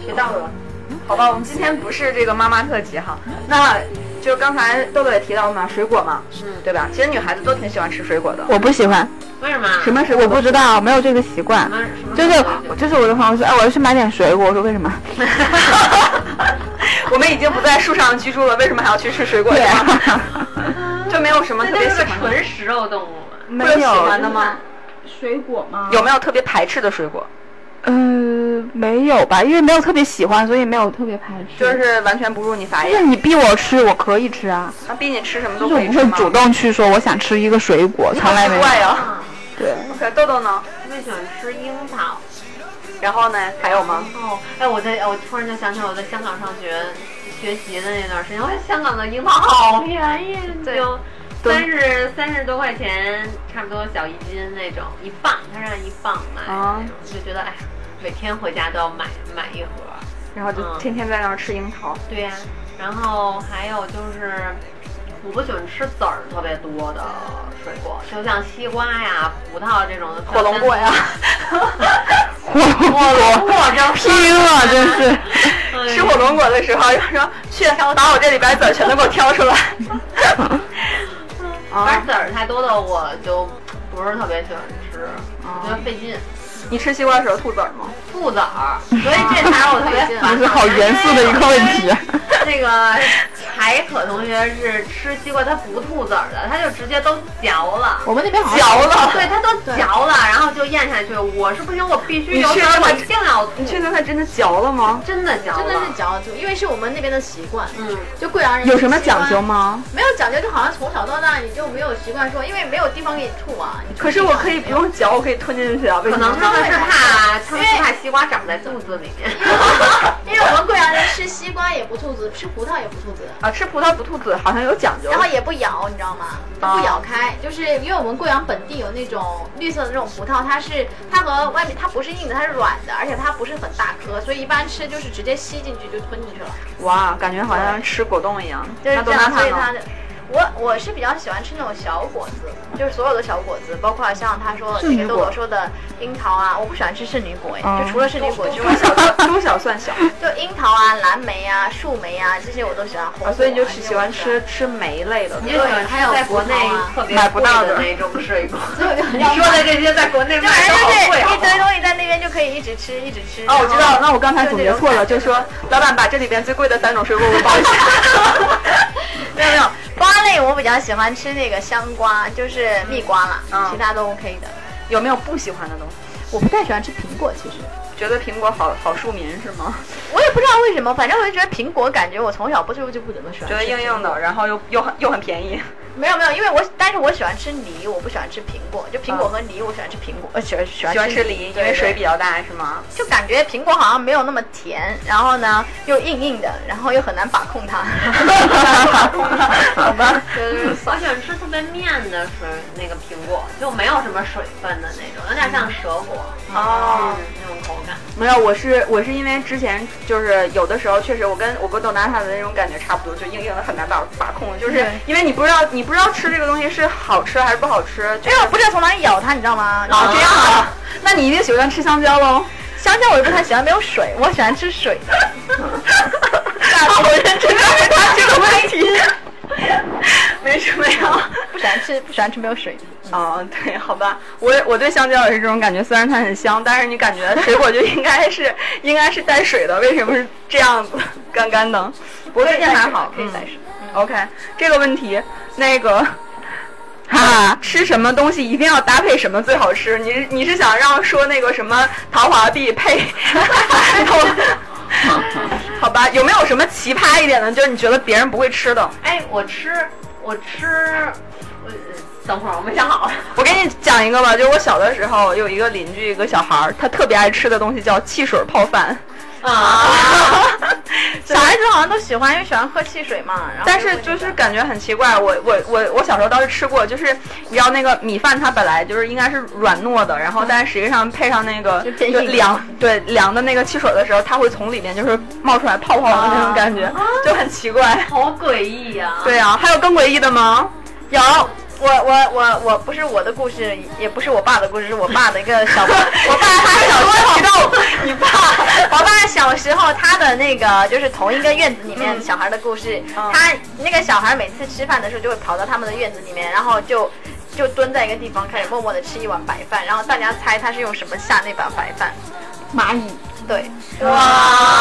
学到了。好吧，我们今天不是这个妈妈特辑哈，那就是刚才豆豆也提到嘛，水果嘛，嗯，对吧？其实女孩子都挺喜欢吃水果的。 <laughs> 我不喜欢为什么？什么水果，我不知道，没有这个习惯什。么什么？就是就是我的朋友说，哎，我要去买点水果，我说为什么？我们已经不在树上居住了，为什么还要去吃水果对呀？啊， <laughs> 就没有什么特那别就是喜个欢的，纯食肉动物嘛。没会有喜有欢的吗？水果吗？有没有特别排斥的水果？呃，没有吧，因为没有特别喜欢，所以没有特别排斥。就是完全不入你法就是眼，你逼我吃，我可以吃啊，那逼你吃什么都就是可我以不吃会吗？主动去说我想吃一个水果，从来奇没有。怪呀。啊， <laughs> 对， OK，豆豆呢？特别喜欢吃樱桃。然后呢？还有吗？哦，哎，我在，我突然就想起我在香港上学学习的那段时间，我觉得香港的樱桃好便宜，对就对三十三十多块钱，差不多小一斤那种，一磅，它是按一磅卖的那种，就觉得哎，每天回家都要买买一盒。然后就嗯天天在那儿吃樱桃。对呀、然后还有就是，我不喜欢吃籽儿特别多的水果，就像西瓜呀、葡萄这种的。火龙果呀， <laughs> 火龙果拼了，真是。哎呀吃火龙果的时候，就说去 <laughs> 把我这里边籽儿全都给我挑出来。 <laughs> 反啊正，籽儿太多的我就不是特别喜欢吃，我觉得费劲。你吃西瓜的时候吐籽儿吗？吐籽儿，所以这茬儿我特别烦。你是好严肃的一个问题啊。那个柴可同学是吃西瓜，他不吐籽儿的，他就直接都嚼了。我们那边好像嚼 <laughs> 了。对，他都嚼了，然后就咽下去。我是不行，我必须有你确定他籽儿，我一定要吐你。确定他真的嚼了吗？真的嚼了，真的是嚼住，因为是我们那边的习惯。嗯，就贵阳人有什么讲究？吗？没有讲究，就好像从小到大你就没有习惯说，因为没有地方给你吐啊。你可是我可以不用嚼，我可以吞进去啊。为可什能么？他们是怕，他们是怕西瓜长在肚子里面。 <laughs> 因为我们贵阳人吃西瓜也不吐籽，吃葡萄也不吐籽，啊，吃葡萄不吐籽好像有讲究。然后也不咬，你知道吗？都不咬啊开，就是因为我们贵阳本地有那种绿色的那种葡萄，它是它和外面它不是硬的，它是软的，而且它不是很大颗，所以一般吃就是直接吸进去就吞进去了。哇，感觉好像吃果冻一样。就是那这多啊纳样，所塔以它呢？的。我我是比较喜欢吃那种小果子，就是所有的小果子，包括像他说圣那女个果豆豆说的樱桃啊，我不喜欢吃圣女果哎，啊哦就除了圣女果之猪 <laughs> 外，小算猪小算小啊，就樱桃啊、蓝莓啊、树莓啊这些我都喜欢。红果啊所以你就这些吃我喜欢都喜吃吃梅类的。你就喜欢还有吃在葡国萄啊内特别买不贵到的的那种水 <laughs> 果。就你说的这些在国内就 <laughs> 反卖正都就好是贵，好一吗堆东西在那边就可以一直吃，一直吃。 <laughs> 哦，我知道了，了。那我刚才总结错了，就说老板把这里边最贵的三种水果给我报一 <laughs> <laughs> 下。没有没有，瓜类我比较喜欢吃那个香瓜，就是蜜瓜啦，嗯其他都 OK 的。有没有不喜欢的东西？我不太喜欢吃苹果，其实觉得苹果好好庶民是吗？我也不知道为什么，反正我就觉得苹果感觉我从小不就就不怎么喜欢吃。觉得硬硬的，然后又又很又很便宜。没有没有，因为我但是我喜欢吃梨，我不喜欢吃苹果。就苹果和梨，嗯我喜欢吃苹果，呃，喜欢喜欢喜欢吃梨梨，，因为水比比较大是吗？就感觉苹果好像没有那么甜，然后呢又硬硬的，然后又很难把控 <laughs> 它。 <laughs> 好吧， <laughs> 就是我喜欢吃特别面的水，那个苹果就没有什么水分的那种，有点像蛇果哦嗯那种口感。没有，我是我是因为之前就是有的时候确实我跟我跟豆娜塔的那种感觉差不多，就硬硬的很难把把控，就是因为你不知道你不知道吃这个东西是好吃哎还是不好吃，就因为我不知道从哪里咬它，你知道吗？然哦后这样啊，那你一定喜欢吃香蕉喽。香蕉我也不太喜欢，没有水，我喜欢吃水的。啊我认 <laughs> 真的回答这个问题，没什么呀。不喜欢吃不喜欢吃没有水的。哦，对，好吧，我我对香蕉也是这种感觉，虽然它很香，但是你 <laughs> 感觉水果就应该是应该是带水的，为什么是这样子干干的？博格店还好，可以再嗯试。 OK，这个问题，那个，哈、哈，吃什么东西一定要搭配什么最好吃？你你是想让说那个什么糖华碧配？ <laughs> 好吧，有没有什么奇葩一点的？就是你觉得别人不会吃的？哎，我吃，我吃，我等会儿我没想好。我给你讲一个吧，就是我小的时候有一个邻居，一个小孩儿，他特别爱吃的东西叫汽水泡饭。 <laughs> 啊， <laughs> 小孩子好像都喜欢，因为喜欢喝汽水嘛。然后但是就是感觉很奇怪，我我我我小时候倒是吃过，就是你知道那个米饭它本来就是应该是软糯的，然后但是实际上配上那个偏就硬凉对凉的那个汽水的时候，它会从里面就是冒出来泡泡的那种感觉，就很奇怪。好诡异呀、对啊，还有更诡异的吗？有我我我我不是我的故事，也不是我爸的故事，是我爸的一个 <laughs> 小，我爸他小时候，你爸，我爸小时候他的那个就是同一个院子里面小孩的故事，他那个小孩每次吃饭的时候就会跑到他们的院子里面，然后就。就蹲在一个地方，开始默默的吃一碗白饭，然后大家猜他是用什么下那碗白饭？蚂蚁，对，哇，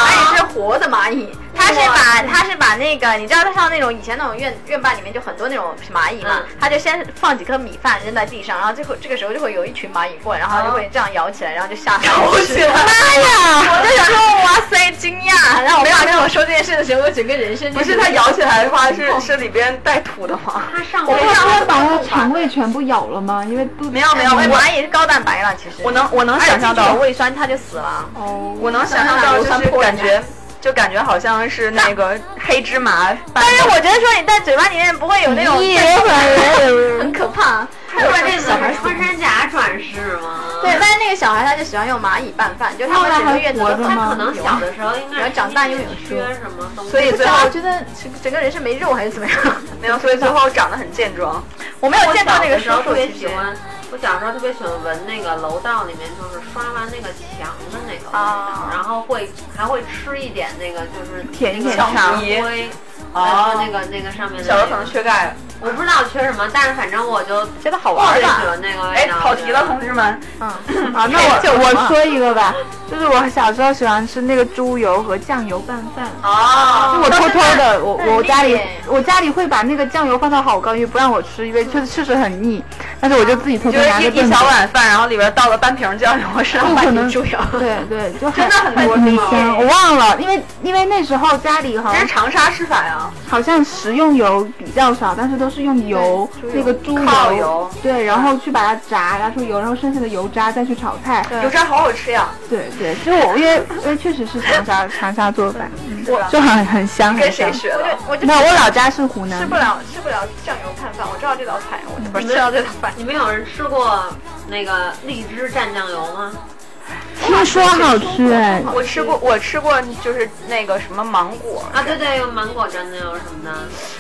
它也是活的蚂蚁，它是把它是把那个，你知道它像那种以前那种院院坝里面就很多那种蚂蚁嘛嗯，它就先放几颗米饭扔在地上，然后最后这个时候就会有一群蚂蚁过来，然后就会这样摇起来，然后就吓死 <laughs> 我了。 <laughs> 妈呀！我就想说，哇塞，惊讶！然后我爸跟我说这件事的时候，我整个人 <laughs> 生 <laughs> 就不是它摇起来的话，是是里边带土的吗？它上我回不是把它肠胃全部咬了吗？因为不没有没有，我蚂蚁是高蛋白了，其实哎我能我能想象到有，胃酸它就死了。我能想象到就是感觉。就感觉好像是那个黑芝麻拌的，但但是我觉得说你在嘴巴里面不会有那种， <laughs> 很可怕。不是这个是穿山甲转世吗？对，但是那个小孩他就喜欢用蚂蚁拌饭，就他后们来整个还院子活都着他可吗？能小的时候应该是长大又有缺什么东西，所以最后我觉得整整个人是没肉还是怎么样？没有，所以最后长得很健壮。 <laughs> 我没有见过那个我小的时候特特别别喜喜欢欢。我小时候特别喜欢闻那个楼道里面，就是刷完那个墙的那个味道，啊然后会还会吃一点那个就是舔一那个舔小肠灰，哦然后那个那个上面的小时候可那个能缺钙了。我不知道缺什么，但是反正我就觉得好特玩别喜吧？欢那个哎味，道。跑题了，同志们。啊，那 <laughs> 我我说一个吧，就是我小时候喜欢吃那个猪油和酱油拌饭。哦，我偷偷的，我我很家里腻我家里会把那个酱油放到好高，因为不让我吃，因为确实确实很腻。但是我就自己偷就偷是拿一着一炖小着，碗饭，然后里边倒了半瓶酱油，是吧？不可能猪油。对对， <laughs> 就真的很多很是吗香。我忘了，因为因为那时候家里好这是像长沙吃法啊呀。好像食用油比较少，但是都是用油那个猪靠油对，然后去把它炸，炸出油，然后剩下的油渣再去炒菜。油炸好好吃呀！对对，就我因为因为确实是长沙长沙做法，对吧就很很香跟很香谁。学的？我就没有，我老家是湖南吃不。了吃不了酱油拌饭，我知道这道菜，我不是吃到这道饭。你们有人吃过那个荔枝蘸酱油吗？听说好吃哎，我吃过，我吃过，就是那个什么芒果，啊，对对，有芒果蘸酱油什么的，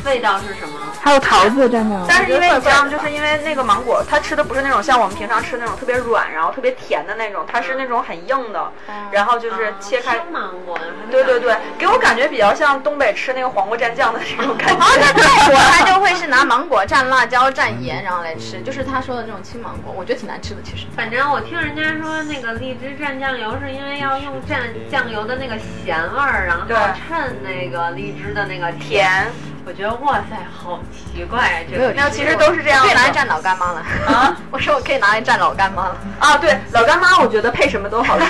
味道是什么？还有桃子蘸酱油。但是因为你知道，就是因为那个芒果，它吃的不是那种像我们平常吃那种特别软，然后特别甜的那种，它是那种很硬的，嗯然后就是切开生芒果，还没对对对长，给我感觉比较像东北吃那个黄瓜蘸酱的那种感觉。然后在 <laughs> 哦泰国， <laughs> 他就会是拿芒果蘸辣椒蘸盐，然后来吃，就是他说的那种青芒果，我觉得挺难吃的。其实反正我听人家说，那个荔枝蘸酱油是因为要用蘸酱油的那个咸味儿，然后对衬那个荔枝的那个甜。甜，我觉得哇塞，好奇怪，啊这没有，个其实都是这样可以拿来的。蘸老干妈了啊！ <laughs> 我说我可以拿来蘸老干 <laughs> 妈了。啊，对，老干妈我觉得配什么都 <laughs> 好吃。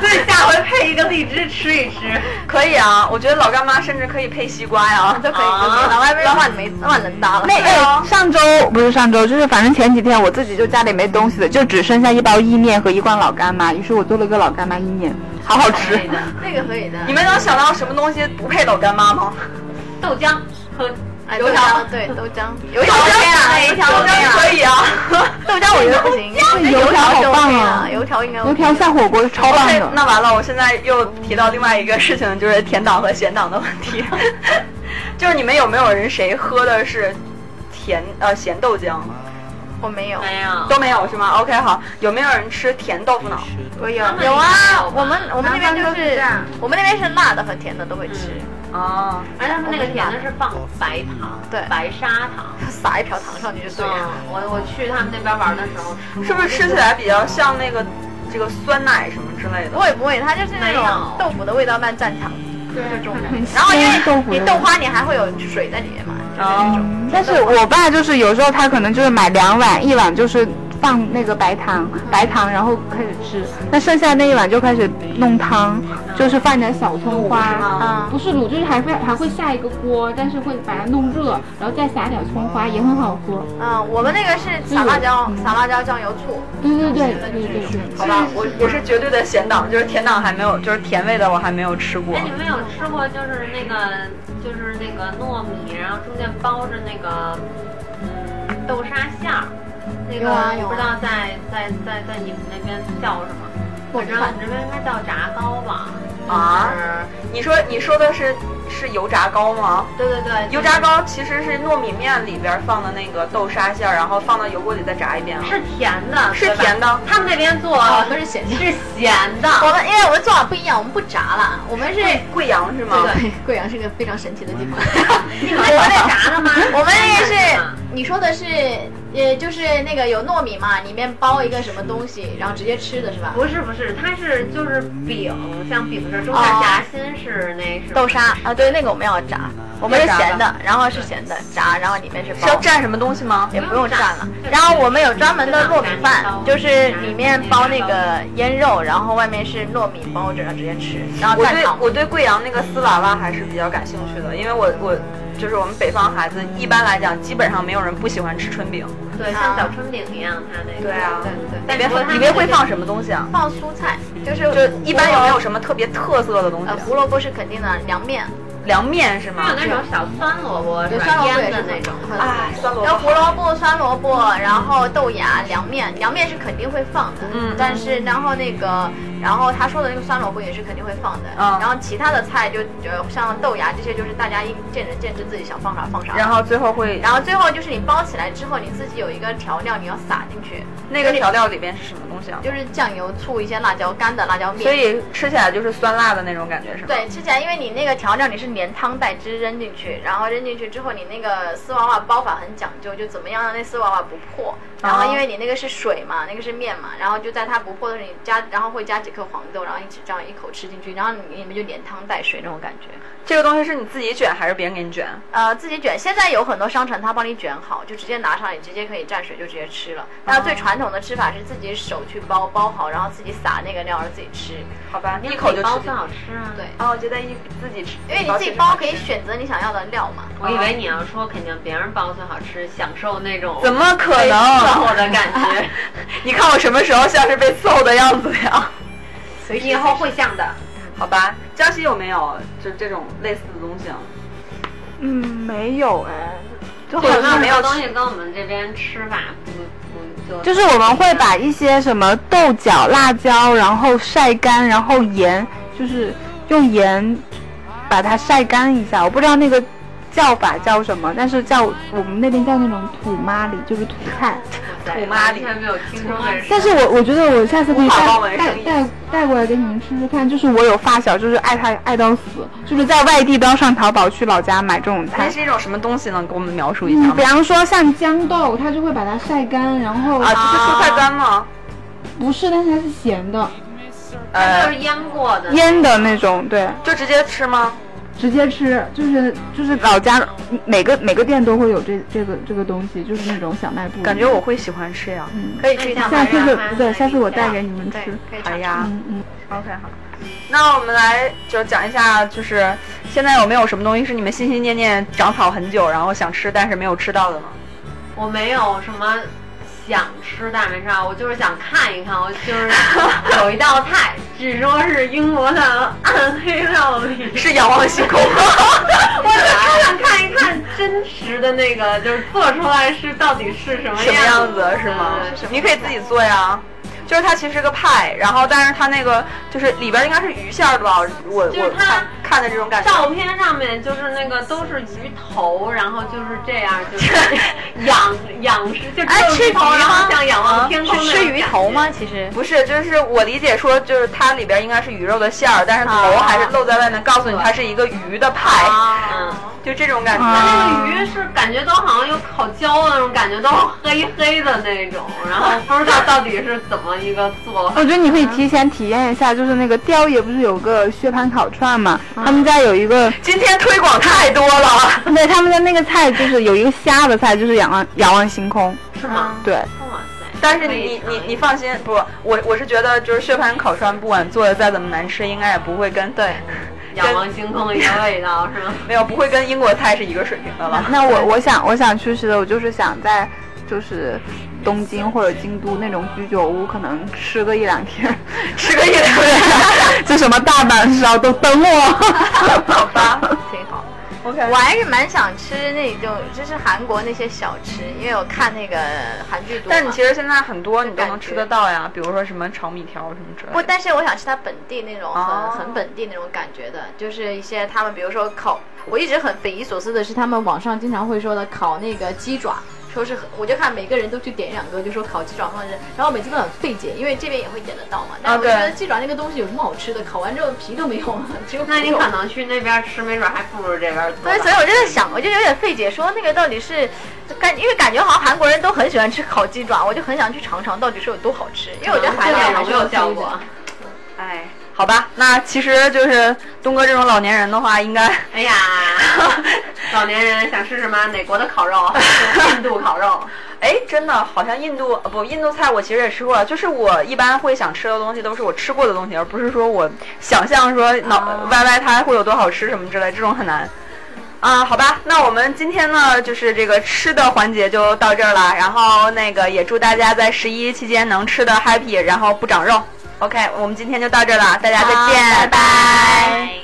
对，下回配一个荔枝吃一吃。可以啊，我觉得老干妈甚至可以配西瓜呀，都可以，啊都可以，老外被万没万能搭了。那 <laughs> 哎，上周不是上周，就是反正前几天我自己就家里没东西了，就只剩下一包意面和一罐老干妈，于是我做了个老干妈意面，好好吃。对的，那个可以的，你们能想到什么东西不配老干妈吗？豆浆和哎油豆条浆。对豆浆，油条 OK 啊啊，油条 OK 啊可以 <laughs> 啊，豆浆我觉得不行，对油条好就棒 OK 啊了，油条应该 OK 油条下火锅是超棒 OK，的。哦那完了，我现在又提到另外一个事情，就是甜党和咸党的问 <laughs> 题，就是你们有没有人谁喝的是甜呃咸豆浆我没有，没有，都没有是吗？OK 好，有没有人吃甜豆腐脑？我有们有也啊有吧，我们我们那边就南方都是这是样我们那边是辣的和甜的都会吃，啊，而他们那个甜的是放白糖，对白砂糖。撒一瓢糖上去就对嗯了。，我我去他们那边玩的时候吃过，是不是吃起来比较像那个这个酸奶什么之类不的？会不会，它就是那没有种豆腐的味道，但蘸糖。这种感觉。然后因煎豆为腐你的豆花你还会有水在里面嘛，就是那种。嗯但是我爸就是有时候他可能就是买两碗，一碗就是放那个白糖，白糖然后开始吃，那剩下那一碗就开始弄汤，就是放点小葱嗯花。啊不是卤，就是还会还会下一个锅，但是会把它弄热，然后再撒点葱花，也很好喝。嗯，我们那个是撒辣椒，嗯撒辣椒酱油醋，对对对对对对。好吧，我我是绝对的咸党，就是甜党还没有，哦就是甜味的我还没有吃过 <laughs> 哎，。你们有吃过就是那个就是那个糯米，然后中间包着那个嗯豆沙馅儿？那有啊个有啊不知道在在在在你们那边叫什么？我反正你这边应该叫炸糕吧？啊，你说你说的是是油炸糕吗？对对对，油炸糕其实是糯米面里边放的那个豆沙馅儿，然后放到油锅里再炸一遍啊。是甜的，是对吧甜的他们那边做哦不是咸的是咸的。我们因为我们做法不一样，我们不炸了，我们是贵贵阳是吗？对，贵阳是个非常神奇的地方。 <laughs> 你们那边炸的吗？我们那真个是的吗你说的是，呃，就是那个有糯米嘛，里面包一个什么东西，然后直接吃的是吧？不是不是，它是就是饼，像饼是中下夹心是那是豆沙啊，对，那个我们要炸，我们是咸的，然后是咸的炸，然后里面是是要包。蘸什么东西吗？也不用蘸了，然后我们有专门的糯米饭，就是里面包那个腌肉，然后外面是糯米包着，然后直接吃，然后我蘸对糖。我对贵阳那个丝娃娃还是比较感兴趣的，因为我我就是我们北方孩子，一般来讲基本上没有人不喜欢吃春饼。对像小春饼一样，它那个对啊对对里但边不过它里边会放什么东西啊？放蔬菜，就是就一般有没有么？什么特别特色的东西呃，啊？胡萝卜是肯定的，凉面，凉面是吗它？有啊那种小酸萝卜是对，吧酸？萝卜腌也的是那种。嗯很哎，酸萝然后卜。胡萝卜、酸萝卜，然后豆芽、凉面，凉面是肯定会放的。嗯但是然后那个，然后他说的那个酸萝卜也是肯定会放的。嗯然后其他的菜就呃像豆芽这些，就是大家一见仁见智，自己想放啥放啥。然后最后会，然然后后最后就是你包起来之后，你自己有一个调料，你要撒进去，那个调料里边是什么东西啊？就是酱油、醋、一些辣椒干的辣椒面。所以吃起来就是酸辣的那种感觉是吗？对，吃起来，因为你那个调料你是连汤带汁扔进去，然后扔进去之后，你那个丝娃娃包法很讲究，就怎么样让那丝娃娃不破。然哦后因为你那个是水嘛，那个是面嘛，然后就在它不破的时候，你加，然后会加几颗黄豆，然后一起这样一口吃进去，然后你你们就连汤带水那种感觉。这个东西是你自己卷还是别人给你卷？呃，自己卷，现在有很多商城它帮你卷好，就直接拿上来，直接可以蘸水就直接吃了。那哦最传统的吃法是自己手去包包好，然后自己撒那个料，然后自己吃。好吧，你一口就吃包进最去。好吃啊！对哦，就在一自己吃，因为你自己包可以选择你想要的料嘛。我以为你要说肯定别人包最好吃，享受那种怎么可送我能？的感 <laughs> 觉，你看我什么时候像是被揍的样子呀？你以后会像的。好吧，江西有没有就这种类似的东西啊？嗯，没有哎，就有好没有像什么东西跟我们这边吃法不不就就是我们会把一些什么豆角、辣椒，然后晒干，然后盐，就是用盐把它晒干一下。我不知道那个叫法叫什么，但是叫我们那边叫那种土妈里，就是土菜。土妈里完全没有听说过这事。但是我我觉得我下次可以无法包带文带生意带带过来给你们吃吃看。就是我有发小，就是爱他爱到死，就是在外地都要上淘宝去老家买这种那菜。是一种什么东西呢？给我们描述一下嗯，吗比？方说像豇豆，它就会把它晒干，然后啊，这是蔬菜干吗？不是，但是它是咸的，就呃是，腌过的，腌的那种，对。就直接吃吗？直接吃，就是就是老家每个每个店都会有这这个这个东西，就是那种小卖部。感觉我会喜欢吃呀。嗯，可以去一趟下白次人让是他对，下次我自己带给你们对吃。，可以尝好尝。哎呀嗯嗯， ，OK 好。那我们来就讲一下，就是现在有没有什么东西是你们心心念念长草很久，然后想吃但是没有吃到的呢？我没有什么想吃但没吃到，我就是想看一看，我就是 <laughs> 有一道菜，据说是英国的 <laughs> 暗黑料理，是仰望星空 <laughs> 吗？ <laughs> 我就想看一看真实的那个，就是做出来是到底是哎什么什么样样呃子是吗对对对？你可以自己做呀。就是它其实是个派，然后但是它那个就是里边应该是鱼馅儿的吧？我就是我它看看的这种感觉。照片上面就是那个都是鱼头，然后就是这样，就是 <laughs> 仰仰视，就只哎有吃鱼头，嗯鱼然吗后像仰望天空是那吃种鱼感头觉吗？其实不是，就是我理解说，就是它里边应该是鱼肉的馅儿，但是啊头还是露在外面，告诉你它是一个鱼的派，嗯。就这种感觉。啊那个鱼是感觉都好像有烤焦啊的那种感觉，都是黑黑的那种，然后不知道到底是怎么一个做法我。觉得你可以提前体验一下，就是那个钓鱼也不是有个薛蟠烤串嘛，啊他们家有一个，今天推广太多 <laughs> 了，对，他们家那个菜就是有一个虾的菜，就是仰望仰望星空， <laughs> 是吗？对，嗯哇塞！但是你你你放心，不，我我是觉得就是薛蟠烤串，不管做的再怎么难吃，应该也不会 <laughs> 跟对，仰望星空的一个味道是吗？没有不会跟英国菜是一个水平的 <laughs> 了。那我我想我想去吃的，我就是想在就是东京或者京都那种居酒屋，可能吃个一两天， <laughs> 吃个夜 <laughs> 宵，就什么大阪烧都等我。好吧。挺好。 OK，我还是蛮想吃那种，就是韩国那些小吃，因为我看那个韩剧多嘛。但你其实现在很多你都能感觉吃得到呀，比如说什么炒米条什么之类不，的。但是我想吃它本地那种很、哦很本地那种感觉的，就是一些他们比如说烤，我一直很匪夷所思的是他们网上经常会说的烤那个鸡爪。说是很，我就看每个人都去点一两个，就说烤鸡爪放着，然后每次都很费解，因为这边也会点得到嘛。但啊是我就觉对得鸡爪那个东西有什么好吃的？烤完之后皮都没有了， <laughs> 只有那你骨头可能去那边吃，没准还不如这边做对，所以吧。哎我就在想，我就有点费解，说那个到底是感，因为感觉好像韩国人都很喜欢吃烤鸡爪，我就很想去尝尝到底是有多好吃，因为我觉得海韩国人南还有是没有有效吃果的？哎，好吧，那其实就是东哥这种老年人的话，应该哎呀，老年人想吃什么？哪国的烤肉？印度烤肉。哎，真的好像印度呃不印度菜，我其实也吃过了。就是我一般会想吃的东西都是我吃过的东西，而不是说我想象说脑歪歪它会有多好吃什么之类，这种很难。啊、好吧，那我们今天呢，就是这个吃的环节就到这儿了。然后那个也祝大家在十一期间能吃的 happy，然后不长肉。OK，我们今天就到这儿了，大家再见，拜拜